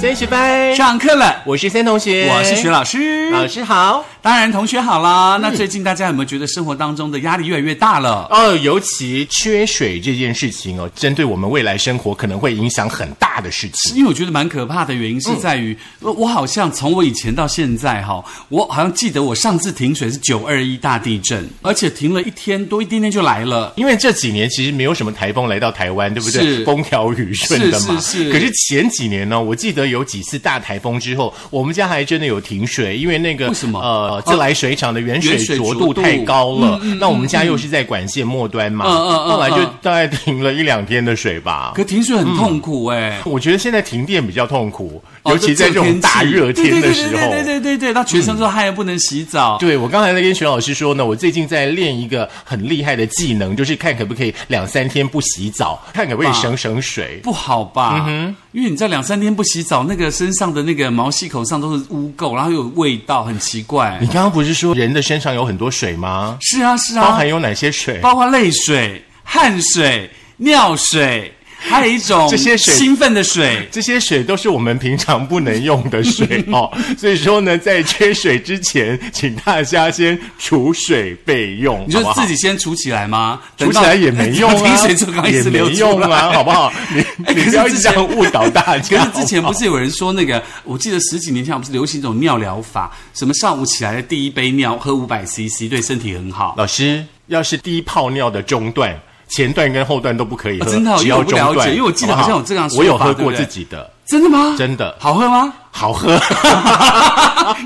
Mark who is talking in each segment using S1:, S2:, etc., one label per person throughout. S1: 三十班，
S2: 上课了，
S1: 我是三同学，
S2: 我是徐老师。
S1: 老师好。
S2: 当然，同学好
S1: 嗯
S2: 啦。那最近大家有没有觉得生活当中的压力越来越大了？
S1: 哦，尤其缺水这件事情哦，针对我们未来生活可能会影响很大的事情。
S2: 因为我觉得蛮可怕的原因
S1: 嗯
S2: 是在于，呃我好像从我以前到现在哈，我好像记得我上次停水是九二一大地震，而且停了一天多一点点就来了。
S1: 因为这几年其实没有什么台风来到台湾，对不对？
S2: 是
S1: 风调雨顺的嘛。
S2: 是是是
S1: 可是前几年呢，我记得有几次大台风之后，我们家还真的有停水，因为那个
S2: 为什么啊
S1: 呃，自来水厂的原水
S2: 原水
S1: 浊
S2: 浊
S1: 度
S2: 度
S1: 太高了。那我们家又是在管线末端嘛，
S2: 嗯嗯嗯
S1: 后来就
S2: 嗯
S1: 大概停了一两天的水吧。
S2: 可停水很痛苦哎、
S1: 我觉得现在停电比较痛苦，嗯
S2: 哦
S1: 尤其在这种大热天的时候。嗯
S2: 对对对对对对对，那全身都汗又哎不能洗澡，
S1: 对我刚才在跟徐老师说呢，我最近在练一个很厉害的技能，就是看可不可以两三天不洗澡，看可不可以
S2: 哇
S1: 省省水。
S2: 不好
S1: 嗯
S2: 吧？因为你在两三天不洗澡，那个身上的那个毛细孔上都是污垢，然后有味道，很奇怪
S1: 你。刚刚不是说人的身上有很多水吗？
S2: 是啊是
S1: 包
S2: 啊
S1: 含，有哪些水？
S2: 包括泪水、汗水、尿水，还有一种
S1: 这些水
S2: 兴奋的水。
S1: 这些水都是我们平常不能用的 水哦，所以说呢，在缺水之前，请大家先储水备用，
S2: 你
S1: 好不
S2: 就
S1: 好
S2: 自？己先储起来吗？
S1: 储
S2: 等
S1: 起
S2: 到
S1: 来也没用
S2: 停
S1: 啊
S2: 水之后刚，一
S1: 也
S2: 直
S1: 没
S2: 流出
S1: 用
S2: 来
S1: 啊，好不 好？你
S2: 哎
S1: 你
S2: 可
S1: 不
S2: 是
S1: 要
S2: 之
S1: 这
S2: 前
S1: 样误导大
S2: 可
S1: 家。
S2: 是之前
S1: 好
S2: 不
S1: 好
S2: 是有人说那个，我记得十几年前不是流行一种尿疗法，什么上午起来的第一杯尿喝五百 CC 对身体很好。
S1: 老师，要是第一泡尿的中段、前段跟后段都不可以喝，
S2: 哦真的哦
S1: 只
S2: 因为
S1: 要
S2: 我不
S1: 中
S2: 了解
S1: 段，
S2: 因为我记得
S1: 不
S2: 好像有这样说
S1: 我有
S2: 法
S1: 喝
S2: 对
S1: 过
S2: 不
S1: 自
S2: 对
S1: 己的，
S2: 真的吗？
S1: 真的
S2: 好喝吗？
S1: 好 喝，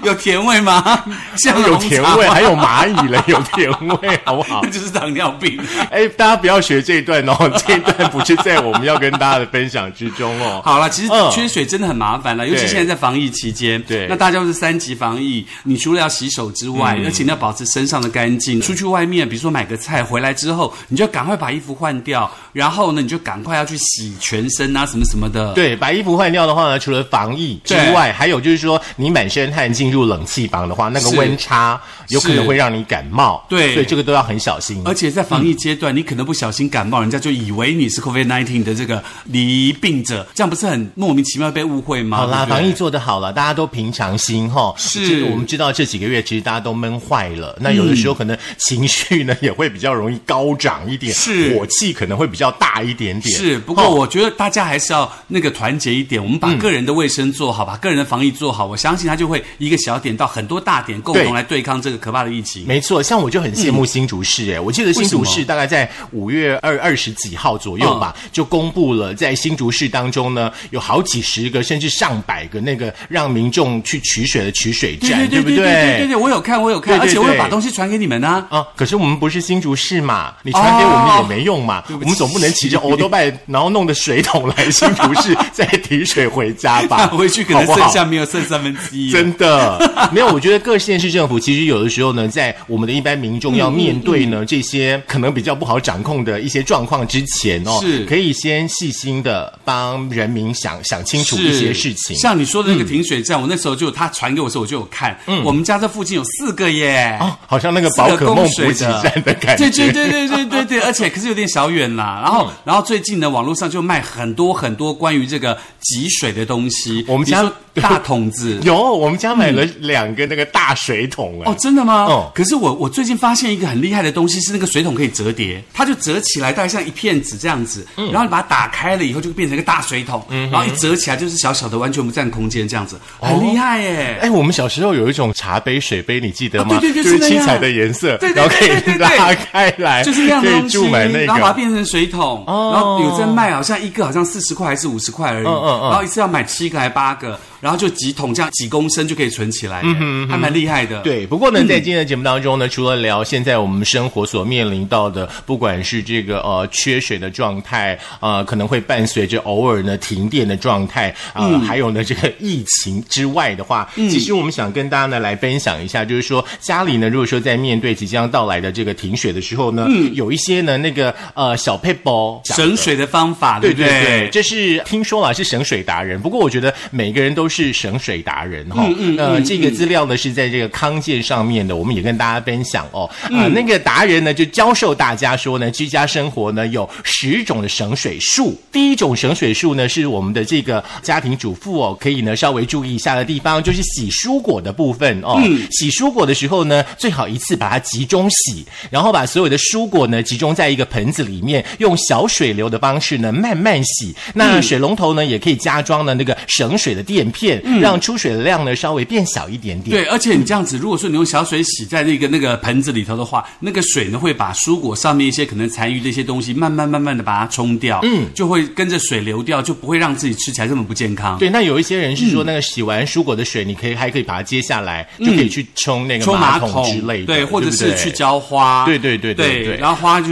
S2: 有甜味吗？像
S1: 有甜味，还有蚂蚁了， 有甜味，好不好
S2: 那？ 就是糖尿病。
S1: 哎，大家不要学这一段哦，这一段不是在我们要跟大家的分享之中哦。
S2: 好了，其实
S1: 嗯
S2: 缺水真的很麻烦了，尤其现在在防疫期间，
S1: 对嗯
S2: 那大家都是三级防疫，你除了要洗手之外，而且你要保持身上的干净。出去外面，比如说买个菜回来之后，你就赶快把衣服换掉，然后呢，你就赶快要去洗全身啊，什么什么的。
S1: 对，把衣服换掉的话呢，除了防疫之
S2: 对
S1: 外，还有就是说，你满身汗进入冷气房的话，那个
S2: 是
S1: 温差有可能
S2: 是
S1: 会让你感冒，
S2: 对
S1: 所以这个都要很小心。
S2: 而且在防疫阶段，
S1: 嗯
S2: 你可能不小心感冒，人家就以为你是 COVID-19 的这个离病者，这样不是很莫名其妙被误会吗？
S1: 好啦，
S2: 对不对
S1: 防疫做得好了，大家都平常心哈。
S2: 是
S1: 这个我们知道这几个月其实大家都闷坏了，那有的时候
S2: 嗯
S1: 可能情绪呢 也会比较容易高涨一点，
S2: 是
S1: 火气可能会比较大一点点。
S2: 是，不过
S1: 哦嗯
S2: 我觉得大家还是要那个团结一点，我们把个人的卫生做好，把个人的防疫做好，我相信它就会一个小点到很多大点共
S1: 对
S2: 同来对抗这个可怕的疫情。
S1: 没错，像我就很羡慕新竹市哎、我记得新竹
S2: 嗯为什
S1: 市
S2: 么
S1: 大概在五月二二十几号左右吧，
S2: 嗯
S1: 就公布了在新竹市当中呢，有好几十个甚至上百个那个让民众去取水的取水站，
S2: 对
S1: 不
S2: 对对对对，我有看，我有看，
S1: 对对
S2: 而且我
S1: 对
S2: 有把东西传给你们啊。
S1: 啊，可是我们不是新竹市嘛，你传给我们也没用嘛，
S2: 哦对
S1: 我
S2: 不
S1: 们总不能骑着欧多 拜，然后弄着水桶来新竹市再提水回家吧？
S2: 那 回去可能
S1: 好不
S2: 剩
S1: 好
S2: 下没有剩三分之一了。
S1: 真的 没有，我觉得各县市政府其实有的时候呢，在我们的一般民众要面对
S2: 嗯
S1: 呢、这些可能比较不好掌控的一些状况之前哦，
S2: 是
S1: 可以先细心的帮人民想想清楚一些事情。嗯
S2: 像你说的那个停水站，我那时候就他传给我的时候，我就有看。我们家这附近有四个耶。
S1: 哦，好像那个
S2: 四
S1: 宝可梦
S2: 供
S1: 补
S2: 水
S1: 给站的感觉，
S2: 啊
S1: 嗯
S2: 对对对对对对对，而且可是有点小远啦。然后，然后最近呢，网络上就卖很多很多关于这个集水的东西，
S1: 我们家。
S2: 比如说大桶子
S1: 有，我们家买了两个那个大水桶、哎
S2: 哦，真的吗？
S1: 嗯
S2: 可是我我最近发现一个很厉害的东西，是那个水桶可以折叠，它就折起来，大概像一片纸这样子，
S1: 嗯
S2: 然后你把它打开了以后，就变成一个大水桶，然后一折起来就是小小的，完全不占空间这样子，
S1: 哦
S2: 很厉害耶！
S1: 哎，我们小时候有一种茶杯、水杯，你记得吗？
S2: 啊对对对
S1: 就是
S2: 是那
S1: 七
S2: 样
S1: 彩的颜色，
S2: 对对对
S1: 然后可
S2: 对对
S1: 以
S2: 对
S1: 拉开来，
S2: 就是那样
S1: 哎可
S2: 的
S1: 以
S2: 东西，
S1: 注满那
S2: 然后把它
S1: 个。
S2: 变成水桶，
S1: 哦
S2: 然后有在卖，好像一个好像四十块还是五十块而已，
S1: 嗯嗯嗯
S2: 然后一次要买七个还八个，然后就几桶这样几公升就可以存起
S1: 嗯
S2: 来耶，还蛮厉害的。，
S1: 对，不过呢，在今天的节目当中呢，除了聊现在我们生活所面临到的，不管是这个呃缺水的状态，呃，可能会伴随着偶尔呢停电的状态，啊、还有呢这个疫情之外的话，其实我们想跟大家呢来分享一下，就是说家里呢，如果说在面对即将到来的这个停水的时候呢，有一些呢那个呃小配包
S2: 省水的方法，
S1: 对
S2: 不
S1: 对对，这是听说了是省水达人。不过我觉得每个人都是省水达人哈、呃，这个资料呢是在这个康健上面的，我们也跟大家分享哦。啊、那个达人呢就教授大家说呢，居家生活呢有十种的省水术。第一种省水术呢是我们的这个家庭主妇哦，可以呢稍微注意一下的地方，就是洗蔬果的部分哦。
S2: 嗯
S1: 洗蔬果的时候呢，最好一次把它集中洗，然后把所有的蔬果呢集中在一个盆子里面，用小水流的方式呢慢慢洗。
S2: 嗯
S1: 那水龙头呢也可以加装呢那个省水的垫片，
S2: 嗯
S1: 让出水的量呢稍微变小一点点。
S2: 对，而且你这样子，如果说你用小水洗在那个那个盆子里头的话，那个水呢会把蔬果上面一些可能残余的一些东西，慢慢慢慢的把它冲掉，嗯，就会跟着水流掉，就不会让自己吃起来这么不健康。
S1: 对，那有一些人是说，那个洗完蔬果的水，你可以还可以把它接下来，就可以去冲那个
S2: 嗯冲
S1: 马
S2: 马
S1: 桶
S2: 桶
S1: 之类的，
S2: 对，或者
S1: 不
S2: 是去浇花，
S1: 对对对对
S2: 对
S1: 对
S2: 然后花就，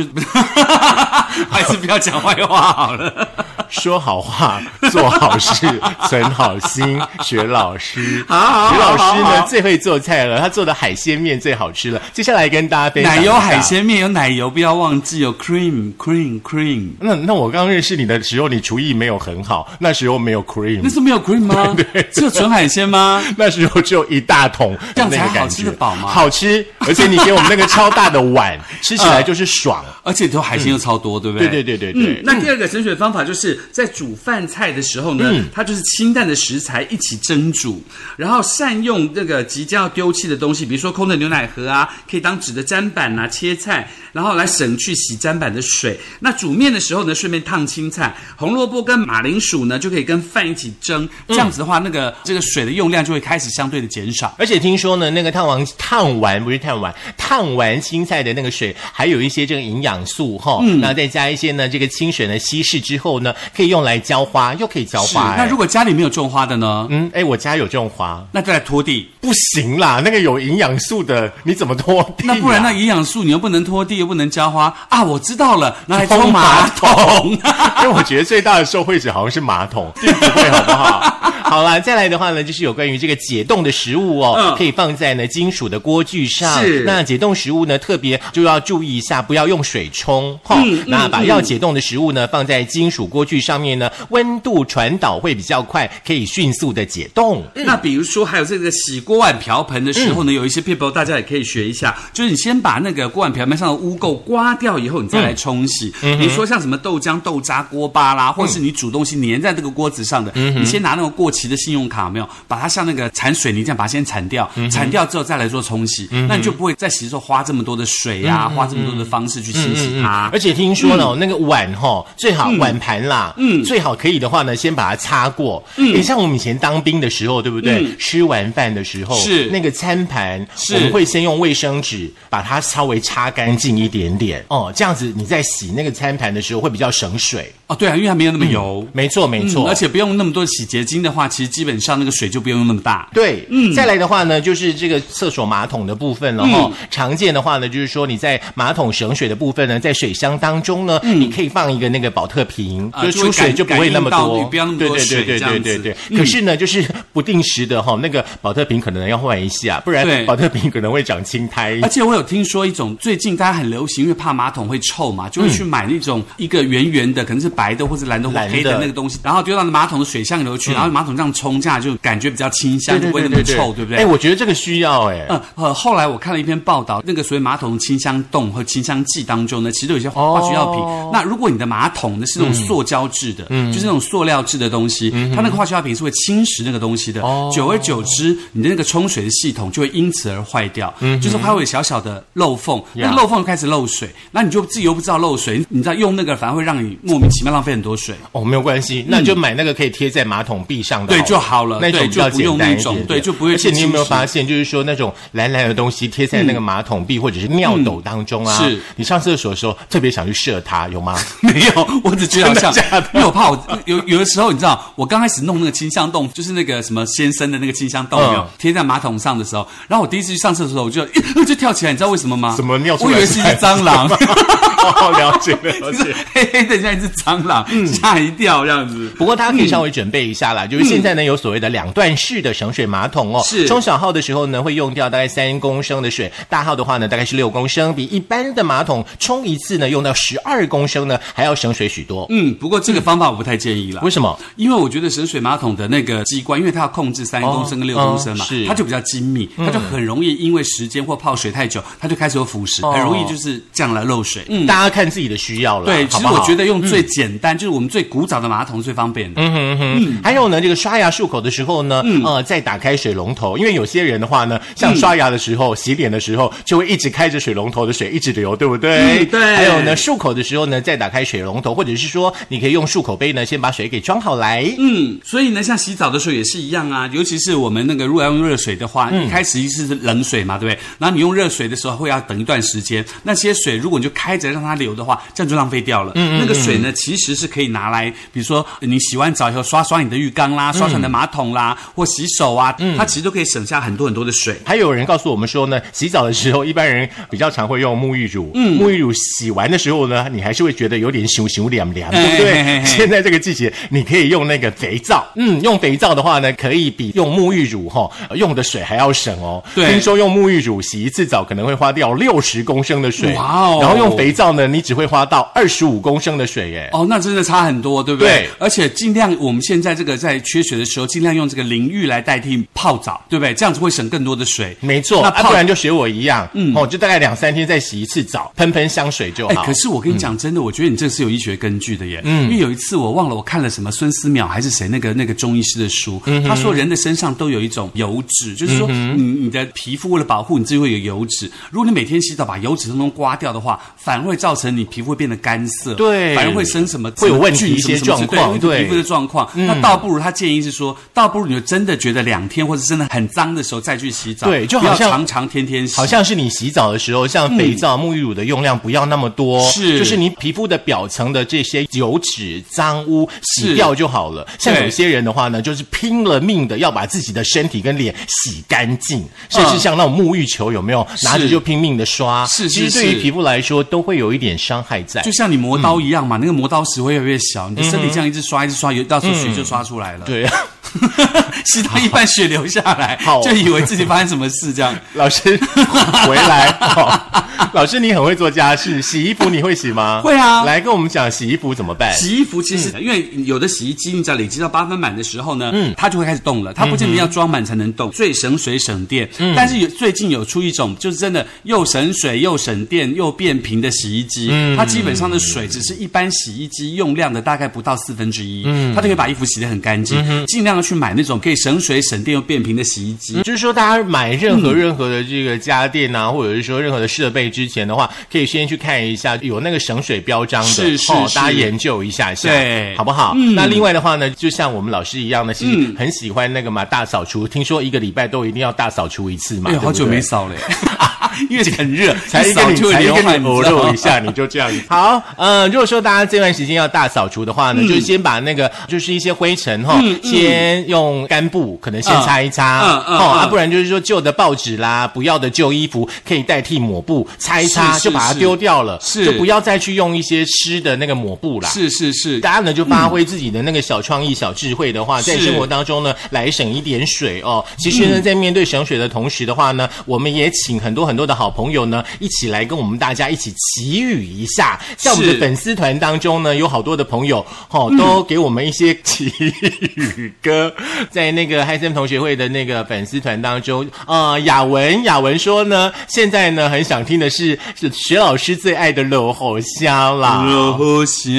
S2: 还是不要讲坏话好了。
S1: 说好话，做好 事，存好心。学老师，
S2: 好好
S1: 徐老师
S2: 好好
S1: 呢
S2: 好
S1: 最会做菜了，他做的海鲜面最好吃了。接下来跟大家分享
S2: 奶油
S1: 一下
S2: 海。鲜面有奶油，不要忘记哦有 cream cream cream。
S1: 那那我刚认识你的时候，你厨艺没有很好，那时候没有
S2: 那
S1: cream，
S2: 是没有 cream 吗？只有纯海鲜吗？
S1: 那时候只有一大桶，
S2: 这样
S1: 那
S2: 才
S1: 个感
S2: 好吃得
S1: 觉
S2: 饱嘛
S1: 好吃，而且你给我们那个超大的 碗，吃起来就是爽。
S2: 而且都海鲜又超多，对不
S1: 对
S2: 对？
S1: 对对对对
S2: 嗯，那第二个省水方法就是在煮饭菜的时候呢，
S1: 嗯
S2: 它就是清淡的食材一起蒸煮，然后善用那个即将要丢弃的东西，比如说空的牛奶盒啊，可以当纸的砧板啊切菜，然后来省去洗砧板的水。那煮面的时候呢，顺便烫青菜，红萝卜跟马铃薯呢就可以跟饭一起
S1: 嗯
S2: 蒸，这样子的话，那个这个水的用量就会开始相对的减少。
S1: 而且听说呢，那个烫完烫完不是烫完，烫完青菜的那个水，还有一些这个营养素哈，
S2: 嗯
S1: 那、再加一些呢这个清水呢稀释之后呢，可以用来浇花，又可以浇
S2: 是，
S1: 花、
S2: 那如
S1: 果
S2: 果家里没有种花的呢？
S1: 嗯，哎，我家有这种花，
S2: 那就来拖地。
S1: 不行啦，那个有营养素的，你怎么拖地、
S2: 那 不然那？营养素你又不能拖地，又不能浇花啊！我知道了，拿来
S1: 冲
S2: 冲
S1: 马
S2: 马 桶。嗯
S1: 因为我觉得最大的受惠者好像是马 桶，并不会好不好？ 好啦，再来的话呢，就是有关于这个解冻的食物哦，
S2: 嗯
S1: 可以放在呢金属的锅具上。
S2: 是
S1: 那解冻食物呢，特别就要注意一下，不要用水冲哈、
S2: 嗯
S1: 那
S2: 嗯
S1: 把要解冻的食物呢，放在金属锅具上面呢，温度传导会比较快，可以迅速的解冻。
S2: 那比如说，还有这个洗锅碗瓢盆的时候呢，有一些 people 大家也可以学一下，就是你先把那个锅碗瓢盆上的污垢刮掉以后，你再来冲洗。比如说像什么豆浆、豆渣、锅巴啦，或是你煮东西粘在这个锅子上的，你先拿那个过期的信用卡有没有，把它像那个铲水泥这样把它先铲掉，铲掉之后再来做冲洗，那你就不会在洗的时候花这么多的水呀、花这么多的方式去清洗它。
S1: 而且听说
S2: 嗯
S1: 呢，那个碗哈，最好碗盘啦，嗯，最好可以的话呢，先把它擦过。嗯，像我们以前当兵的时候，对不对？吃完饭的时候，
S2: 嗯是
S1: 那个餐盘，
S2: 是
S1: 我们会先用卫生纸把它稍微擦干净一点点哦，这样子你在洗那个餐盘的时候会比较省水。
S2: 哦，对啊，因为它没有那么油。
S1: 没错，没错，
S2: 嗯而且不用那么多洗洁精的话，其实基本上那个水就不用用那么大。
S1: 对，
S2: 嗯
S1: 再来的话呢，就是这个厕所马桶的部分了哈、常见的话呢，就是说你在马桶省水的部分呢，在水箱当中呢，你可以放一个那个保特瓶，
S2: 嗯啊
S1: 就
S2: 就
S1: 出
S2: 会
S1: 水
S2: 感
S1: 就不会那么
S2: 感应到
S1: 多，
S2: 你不要那么多水
S1: 对对
S2: 这
S1: 对
S2: 样
S1: 对
S2: 子嗯
S1: 对对。可是呢，就是不定时的哈、那个保特瓶可能要换一下，不然
S2: 对啊
S1: 保特瓶可能会长青苔
S2: 而。且我有听说一种最近大家很流行，因为怕马桶会臭嘛，就会去买那种一个圆圆的，可能是白的或者蓝的或
S1: 蓝的
S2: 黑的那个东西，然后丢到马桶的水箱里头去，然后马桶这样冲下来就感觉比较清香，就不会那么臭，对不对？
S1: 哎，我觉得这个需要哎、
S2: 嗯，呃，后来我看了一篇报道，那个所谓马桶清香冻和清香剂当中呢，其实都有一些化学药品。
S1: 哦嗯
S2: 那如果你的马桶呢是那种塑胶制的，就是那种塑料制的东西，它那个化学药品是会侵蚀那个东西的。
S1: 哦
S2: 久而久之，你的那个冲水的系统就会因此而坏掉，
S1: 嗯
S2: 就是它会有小小的漏缝，那
S1: Yeah
S2: 个漏缝就开始漏水，那你就自己又不知道漏水，你知道用那个反而会让你莫名其妙浪费很多水。
S1: 哦，没有关系，那就买那个可以贴在马桶壁上的，
S2: 嗯对就好了
S1: 那种
S2: 对
S1: 比较
S2: 就不
S1: 简
S2: 用
S1: 单一
S2: 那种
S1: 点点
S2: 对就不会
S1: 而且你有没有
S2: 去侵蚀
S1: 发现，就是说那种蓝蓝的东西贴在那个马桶壁或者是尿斗当中啊，
S2: 嗯是
S1: 你上厕所的时候特别想去射它，有 吗？
S2: 没有，我只知道像
S1: 真的假的，
S2: 因为我怕我有有的时候，你知道，我刚开始弄那个清香洞，就是那个什么先生的那个清香洞，有没有
S1: 嗯
S2: 贴在马桶上的时候，然后我第一次去上厕所的时候，我就、呃就跳起来，你知道为什么吗？
S1: 怎么尿出
S2: 我
S1: 来
S2: 以为是一只蟑螂，
S1: 哦，了解了
S2: 就是
S1: 解。嗯
S2: 黑黑的像一只蟑螂，吓一跳这样子。嗯
S1: 不过大家可以稍微准备一下啦，就是现现在呢有所谓的两段式的省水马桶哦，
S2: 是
S1: 冲小号的时候呢会用掉大概三公升的水，大号的话呢大概是六公升，比一般的马桶冲一次呢用到十二公升呢还要省水许多。
S2: 嗯，不过这个方法我不太建议啦。
S1: 为什么？
S2: 因为我觉得省水马桶的那个机关，因为它要控制三公升跟六公升嘛，
S1: 哦是嗯
S2: 它就比较精密，它就很容易因为时间或泡水太久，它就开始有腐蚀，
S1: 哦
S2: 很容易就是这样来漏水。嗯，
S1: 大家看自己的需要了，
S2: 对，其
S1: 好
S2: 实
S1: 不好嗯
S2: 我觉得用最简单，就是我们最古早的马桶是最方便的。嗯，
S1: 还有呢，这个刷牙漱口的时候呢，呃，再打开水龙头，因为有些人的话呢，像刷牙的时候、洗脸的时候，就会一直开着水龙头的水一直流，对不对？
S2: 嗯对
S1: 还有呢，漱口的时候呢，再打开水龙头，或者是说，你可以用漱口杯呢，先把水给装好来。
S2: 所以呢，像洗澡的时候也是一样啊，尤其是我们那个如果要用热水的话，
S1: 嗯
S2: 一开始是冷水嘛，对不对？然后你用热水的时候会要等一段时间，那些水如果你就开着让它流的话，这样就浪费掉了。
S1: 嗯
S2: 那个水呢，其实是可以拿来，比如说你洗完澡以后刷刷你的浴缸啦，刷刷你的马桶啦，
S1: 嗯
S2: 或洗手啊，它其实都可以省下很多很多的水。
S1: 还有人告诉我们说呢，洗澡的时候一般人比较常会用沐浴乳，
S2: 嗯
S1: 沐浴乳洗完的时候呢，你还是会觉得有点熊熊凉凉，对不
S2: 哎哎哎
S1: 对？
S2: 哎
S1: 现在这个季节，你可以用那个肥皂，嗯，用肥皂的话呢，可以比用沐浴乳哈、呃用的水还要省哦。
S2: 对
S1: 听说用沐浴乳洗一次澡可能会花掉六十公升的水，
S2: 哇哦
S1: 然后用肥皂呢，你只会花到二十五公升的水耶。
S2: 哦，那真的差很多，对不对？
S1: 对
S2: 而且尽量我们现在这个在缺水的时候，尽量用这个淋浴来代替泡澡，对不对？这样子会省更多的水。
S1: 没错，
S2: 那
S1: 啊，
S2: 泡
S1: 不然就学我一样，嗯，哦，就大概两三天再洗一次澡，喷喷香水就
S2: 哎
S1: 好。，
S2: 可是我跟你讲，真的，我觉得你这是有医学根据的耶。嗯，因为有一次我忘了我看了什么孙思邈还是谁那个那个中医师的书，他说人的身上都有一种油脂，就是说你你的皮肤为了保护你自己会有油脂，如果你每天洗澡把油脂通通刮掉的话，反而会造成你皮肤会变得干涩，
S1: 对
S2: 反而会生什么
S1: 会有问题
S2: 菌
S1: 一些
S2: 什么什么之类
S1: 状况
S2: 对会有
S1: 对
S2: 皮肤的状况。那倒不如他建议是说，倒不如你就真的觉得两天或者真的很脏的时候再去洗澡，
S1: 对就
S2: 不要
S1: 好像
S2: 常常天天洗，
S1: 好像是你洗澡的时候，像肥皂、沐浴乳的用量不要那么多，
S2: 嗯是
S1: 就是你皮肤的表层的这些油脂、脏污
S2: 是
S1: 洗掉就好了。像
S2: 对
S1: 有些人的话呢，就是拼了命的要把自己的身体跟脸洗干
S2: 嗯
S1: 净，甚至像那种沐浴球有没有拿着就拼命的刷，
S2: 是
S1: 其
S2: 是啊
S1: 实对
S2: 是
S1: 于皮肤来说都会有一点伤害在
S2: 就。像你磨刀一样嘛，那个磨刀石会越来越小，你的身体这样一直刷一直刷，有到时候血就刷出来了。，
S1: 对， 啊
S2: 吸到一半血流下来
S1: 好，
S2: 就以为自己发生什么事这样。
S1: 老师回来、 哦，老师你很会做家事，洗衣服你会洗吗？
S2: 会啊
S1: 来跟我们讲洗衣服怎么办？
S2: 洗衣服其实，因为有的洗衣机你只要累积到八分满的时候呢，它就会开始动了。它不见得要装满才能动，最省水省电。但是有最近有出一种，就是真的又省水又省电又变频的洗衣机，它基本上的水只是一般洗衣机用量的大概不到四分之一，它就可以把衣服洗得很干净。尽量去买那种可以省水省电又变频的洗衣机。
S1: 就是说，大家买任
S2: 嗯
S1: 何任何的这个家电啊，或者是说任何的设备之前的话，可以先去看一下有那个省水标章的，
S2: 是是
S1: 哦
S2: 是
S1: 大家研究一下下，
S2: 对嗯
S1: 好不好？那另外的话呢，就像我们老师一样呢，其实很喜欢那个嘛大扫除，听说一个礼拜都一定要大扫除一次嘛，
S2: 哎呦，
S1: 对不
S2: 好久没
S1: 对
S2: 扫了耶， 因为很 热，
S1: 才一
S2: 扫
S1: 跟你
S2: 就会
S1: 才一
S2: 流
S1: 跟
S2: 汗哦
S1: 你
S2: 你
S1: 裸
S2: 知道
S1: 露
S2: 吗
S1: 一下，你就这样子。哦 好，呃，如果说大家这段时间要大扫除的话
S2: 嗯
S1: 呢，就是先把那个就是一些灰尘哈，先用干布可能先擦一擦，
S2: 嗯嗯嗯
S1: 哦，啊，
S2: 嗯
S1: 不然就是说旧的报纸啦，不要的旧衣服可以代替抹布擦一擦，
S2: 是是
S1: 就把它
S2: 是
S1: 丢掉了，
S2: 是
S1: 就不要再去用一些湿的那个抹布啦。
S2: 是是是，嗯
S1: 大家呢就发挥自己的那个小创意、小智慧的话，在
S2: 是嗯
S1: 生活当中呢来省一点水哦。其实呢，在面对省水的同时的话呢，我们也请很多很多的好朋友呢一起来跟我们大家一起祈雨一下。在我们的
S2: 是
S1: 粉丝团当中呢，有好多的朋友哦，
S2: 嗯
S1: 都给我们一些祈雨歌。在那个嗨森同学会的那个粉丝团当中，呃，雅文雅文说呢，现在呢很想听的是是学老师最爱的《落后香》啦。
S2: 落声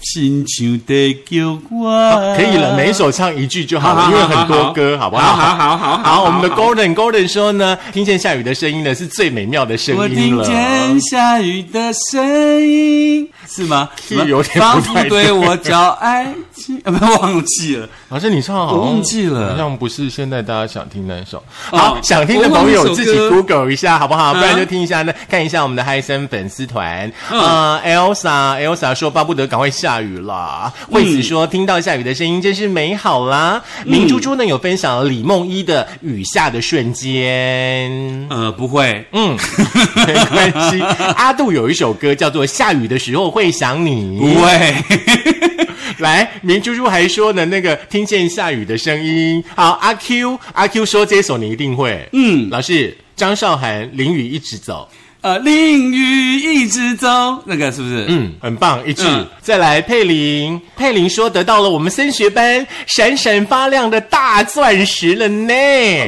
S2: 亲像在叫我、
S1: 可以了，每一首唱一句就好了，因为很多歌，好不好？
S2: 好好好好
S1: 好，我们的 Golden Golden 说呢，听见下雨的声音呢是最美妙的声
S2: 我
S1: 音
S2: 听
S1: 了。
S2: 见下雨的声音，是吗？
S1: Key 有点
S2: 仿
S1: 不
S2: 佛
S1: 太对
S2: 对我叫爱情，啊，不忘记了。
S1: 老师，你唱好像
S2: 我忘记了
S1: 好像不是现在大家想听那一首。
S2: 哦
S1: 好，想听的朋
S2: 我
S1: 友
S2: 忘
S1: 自
S2: 记一首
S1: 己
S2: 歌
S1: Google 一下好不好？
S2: 嗯
S1: 不然就听一下那看一下我们的嗨森粉丝团。呃，Elsa Elsa 说巴不得赶快下雨啦。惠子说听到下雨的声音真是美好啦。明珠珠呢有分享了李梦一的雨下的瞬间。
S2: 呃，不会，
S1: 嗯， 没关系。阿杜有一首歌叫做《下雨的时候会想你
S2: 不》，会。
S1: 来，明珠珠还说呢，那个听见下雨的声音。好，阿 Q，阿 Q 说这首你一定会。嗯，老师，张韶涵淋雨一直走。
S2: 呃，淋雨一直走，那个是不是？
S1: 嗯，很棒，一致。
S2: 嗯
S1: 再来，佩玲，佩玲说得到了我们升学班闪闪发亮的大钻石了呢。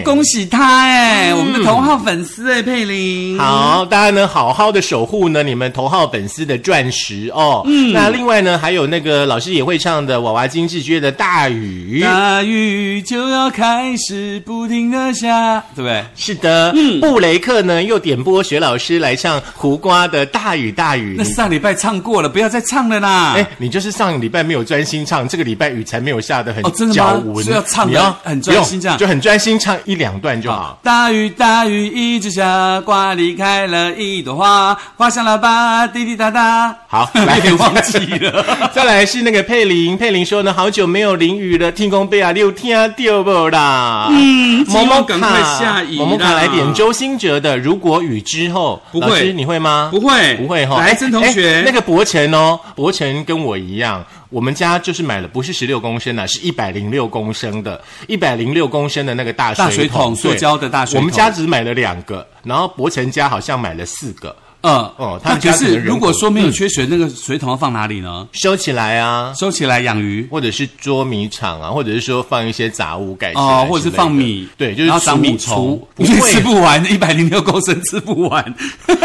S2: 恭喜他哎、我们的头号粉丝哎、佩玲。
S1: 好，大家呢好好的守护呢你们头号粉丝的钻石哦。嗯，那另外呢还有那个老师也会唱的娃娃金志娟的《大雨》。
S2: 大雨就要开始不停的下，对不对？
S1: 是的，
S2: 嗯
S1: 布雷克呢又点播雪老师来唱胡瓜的《大雨大雨
S2: 那》
S1: 你。
S2: 上礼拜唱过了，不要再唱了啦。
S1: 哎，你就是上个礼拜没有专心唱，这个礼拜雨才没有下的很
S2: 哦真的吗
S1: 脚文，
S2: 所以要唱得
S1: 你要
S2: 很专心
S1: 不用
S2: 这样
S1: 就很专心唱一两段就好。
S2: 啊大雨大雨一直下，瓜离开了一朵花，花香喇叭滴滴答答。
S1: 好
S2: 有
S1: 来
S2: 点忘记了。
S1: 再来是那个佩林，佩林说呢，好久没有淋雨了，天公贝啊，六天掉不啦？嗯，
S2: 希望赶快下雨啦
S1: 萌萌卡来点周兴哲的《如果雨之后》，
S2: 不会
S1: 老师你会吗？
S2: 不会
S1: 不会哈。
S2: 来曾同学
S1: 哎那个博成哦，博成跟我一样。我们家就是买了，不是十六公升啊，是一百零六公升的，一百零六公升的那个大水
S2: 大水桶
S1: 对
S2: 塑胶的大水
S1: 我
S2: 桶
S1: 们家只买了两个，然后博成家好像买了四个，
S2: 嗯，
S1: 哦
S2: 哦，
S1: 他
S2: 那
S1: 们家
S2: 可
S1: 可能
S2: 是
S1: 人
S2: 如
S1: 口嗯
S2: 果说没有缺水，那个水桶要放哪里呢？
S1: 收起来啊。
S2: 收起来养鱼。
S1: 或者是捉迷藏啊，或者是说放一些杂物盖起来之类
S2: 哦
S1: 的，
S2: 或者是放米，
S1: 对，就是
S2: 然后长米
S1: 虫
S2: 虫，，
S1: 不
S2: 你
S1: 会
S2: 吃。不完，一百零六公升吃不完。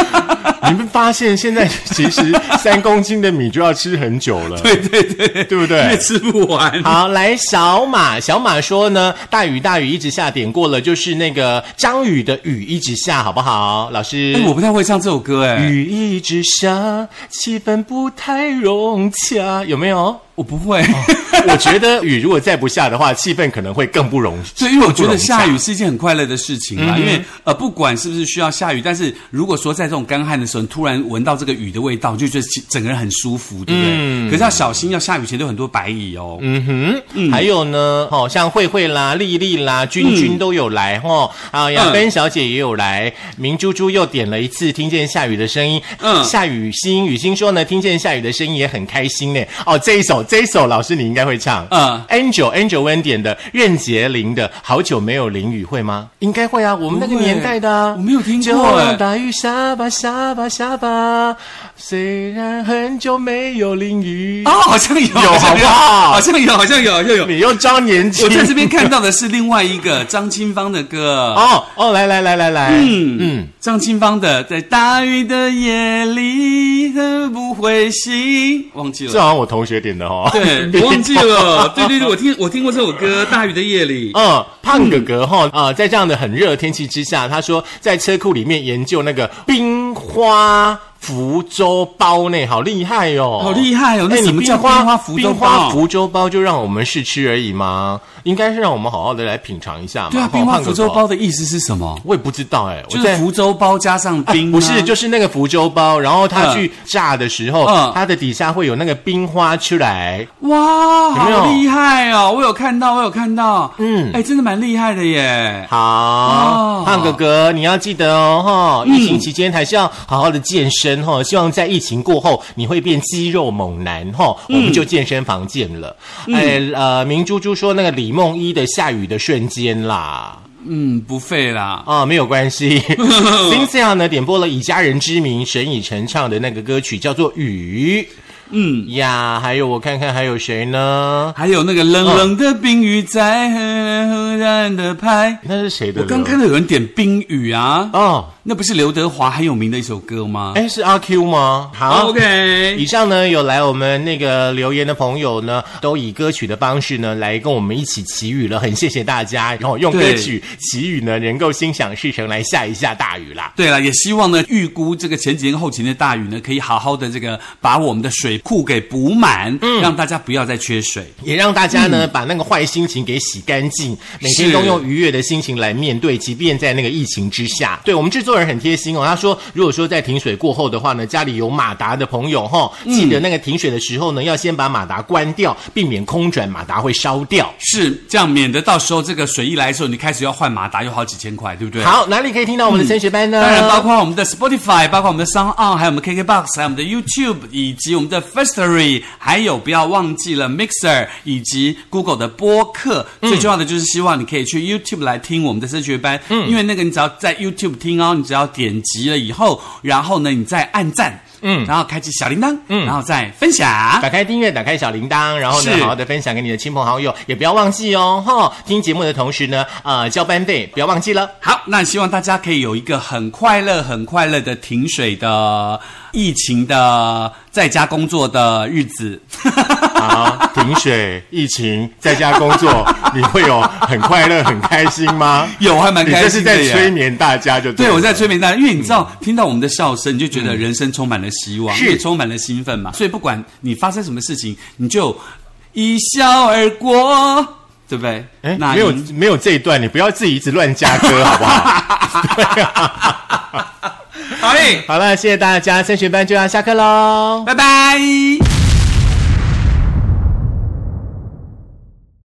S1: 你们发现现在 其实三公斤的米就要吃很久了，
S2: 对对对，
S1: 对不对
S2: 因为吃不完。
S1: 好，来小马，小马说呢，大雨大雨一直下，点过了就是那个张宇的雨一直下，好不好？老师，
S2: 哎，我不太会唱这首歌，哎，
S1: 雨一直下，气氛不太融洽，有没有？
S2: 我不会。
S1: 我觉得雨如果再不下的话，气氛可能会更不融。
S2: 所以，因为我觉
S1: 不
S2: 得
S1: 容
S2: 下
S1: 下
S2: 雨是一件很快乐的事情啦，因为呃，不管是不是需要下雨，但是如果说在这种干旱的时候，你突然闻到这个雨的味道，你就觉得其整个人很舒服，对不对？可是要小心，要下雨前都有很多白蚁哦。
S1: 嗯哼，还有呢，哦，像慧慧啦、丽丽啦、君君都有来
S2: 嗯
S1: 哦，啊，雅芬小姐也有来，明珠珠又点了一次，听见下雨的声音，嗯，
S2: 嗯
S1: 下雨心雨心说呢，听见下雨的声音也很开心呢。哦，这一首这一首老师你应该会唱，
S2: 嗯
S1: a n g e l Angel Wen 点的任杰林的《好久没有淋雨》会吗？应该会啊，我们那个
S2: 不会
S1: 年代的、啊，
S2: 我没有听过
S1: 就让
S2: 哎
S1: 大雨下吧下吧下吧，虽然很久没有淋雨。
S2: 哦，好像有，
S1: 有好不 好
S2: 好像有，好像有，好像有。
S1: 你又装年轻，
S2: 我在这边看到的是另外一个张清芳的歌。
S1: 哦哦，来来来来来，嗯嗯，
S2: 张清芳的《在大雨的夜里会不会醒》，忘记
S1: 这
S2: 了，
S1: 好像我同学点的哦。
S2: 对，我忘记了，对对对，我听我听过这首歌《大雨的夜里》。
S1: 嗯，胖哥哥哈啊、在这样的很热的天气之下，他说在车库里面研究那个冰花福州包呢，好厉害哟、哦，
S2: 好厉害哦那
S1: 哎
S2: 什么
S1: 你
S2: 叫
S1: 冰花
S2: 冰花福州包
S1: 冰花福州包就让我们试吃而已吗？应该是让我们好好的来品尝一下嘛。
S2: 对啊，
S1: 哈
S2: 冰花
S1: 胖哥
S2: 福州
S1: 哥
S2: 包的意思是什么？
S1: 我也不知道哎、我
S2: 就是
S1: 在
S2: 福州包加上冰、啊
S1: 不是，就是那个福州包，然后它
S2: 嗯
S1: 去炸的时候，
S2: 嗯
S1: 它的底下会有那个冰花出来，
S2: 哇，
S1: 有没有
S2: 好厉害哦！我有看到，我有看到，
S1: 嗯
S2: 嗯，哎，真的蛮厉害的耶。
S1: 好
S2: 哦，嗯
S1: 胖哥哥，你要记得哦，哈！疫情期间还是要好好的健身哈、希望在疫情过后你会变肌肉猛男哈、
S2: 嗯
S1: 我们就健身房见了。哎、呃，明珠珠说那个李梦一的下雨的瞬间啦。
S2: 嗯，不废啦。
S1: 啊、没有关 系。Cynthia 呢点播了以家人之名沈以诚唱的那个歌曲，叫做《雨》。嗯呀，还有我看看还有谁呢？
S2: 还有那个
S1: 哦
S2: 冷冷的冰雨在忽然的拍，
S1: 那是谁的
S2: 我
S1: 歌？
S2: 刚看到有人点冰雨啊，
S1: 哦，
S2: 那不是刘德华很有名的一首歌吗？
S1: 哎，是阿 Q 吗？好
S2: OK，
S1: 以上呢，有来我们那个留言的朋友呢，都以歌曲的方式呢来跟我们一起祈雨了，很谢谢大家。然后用歌
S2: 对
S1: 曲祈雨呢，能够心想事成，来下一下大雨啦。
S2: 对了，也希望呢，预估这个前几天后勤的大雨呢，可以好好的这个把我们的水库给补满，让大家不要再缺水。
S1: 也让大家呢、把那个坏心情给洗干净，每天
S2: 嗯是
S1: 都用愉悦的心情来面对，即便在那个疫情之下。对我们制作人很贴心哦，他说如果说在停水过后的话呢，家里有马达的朋友哈、
S2: 嗯
S1: 记得那个停水的时候呢，要先把马达关掉，避免空转，马达会烧掉。
S2: 是这样，免得到时候这个水一来的时候，你开始要换马达，有好几千块，对不嗯对？。
S1: 好，哪里可以听到我们的升学班呢？
S2: 当然，包括我们的 Spotify，包括我们的 Sound On，还有我们 KKBox，还有我们的 YouTube，以及我们的 Firstory，还有不要忘记了 Mixer 以及 Google 的播客。最重要的就是希望你可以去 YouTube 来听我们的升学班，因为那个你只要在 YouTube 听哦，你只要点击了以后，然后呢，你再按赞，嗯，然后开启小铃铛，嗯，然后再分享。
S1: 打开订阅，打开小铃铛，然后呢，
S2: 是
S1: 好好的分享给你的亲朋好友，也不要忘记哦，哈、听节目的同时呢，呃，交班费不要忘记了。
S2: 好，那希望大家可以有一个很快乐、很快乐的停水的疫情的在家工作的日子。
S1: 好，啊停水、疫情，在家工作，你会有很快乐、很开心吗？
S2: 有还蛮
S1: 你这
S2: 开
S1: 是
S2: 心
S1: 在
S2: 的耶
S1: 催眠嗯大家就
S2: 对，
S1: 了
S2: 我在催眠大家，因为你知道，听到我们的笑声，你就觉得人生充满了希望，
S1: 是
S2: 也充满了兴奋嘛。所以不管你发生什么事情，你就一笑而过，对不对？
S1: 哎，
S2: 那
S1: 没有
S2: 你
S1: 没有这一段，你不要自己一直乱加歌，好不 好？对啊。
S2: 好嘞，
S1: 哎好了，谢谢大家，升学班就要下课喽。
S2: 拜拜。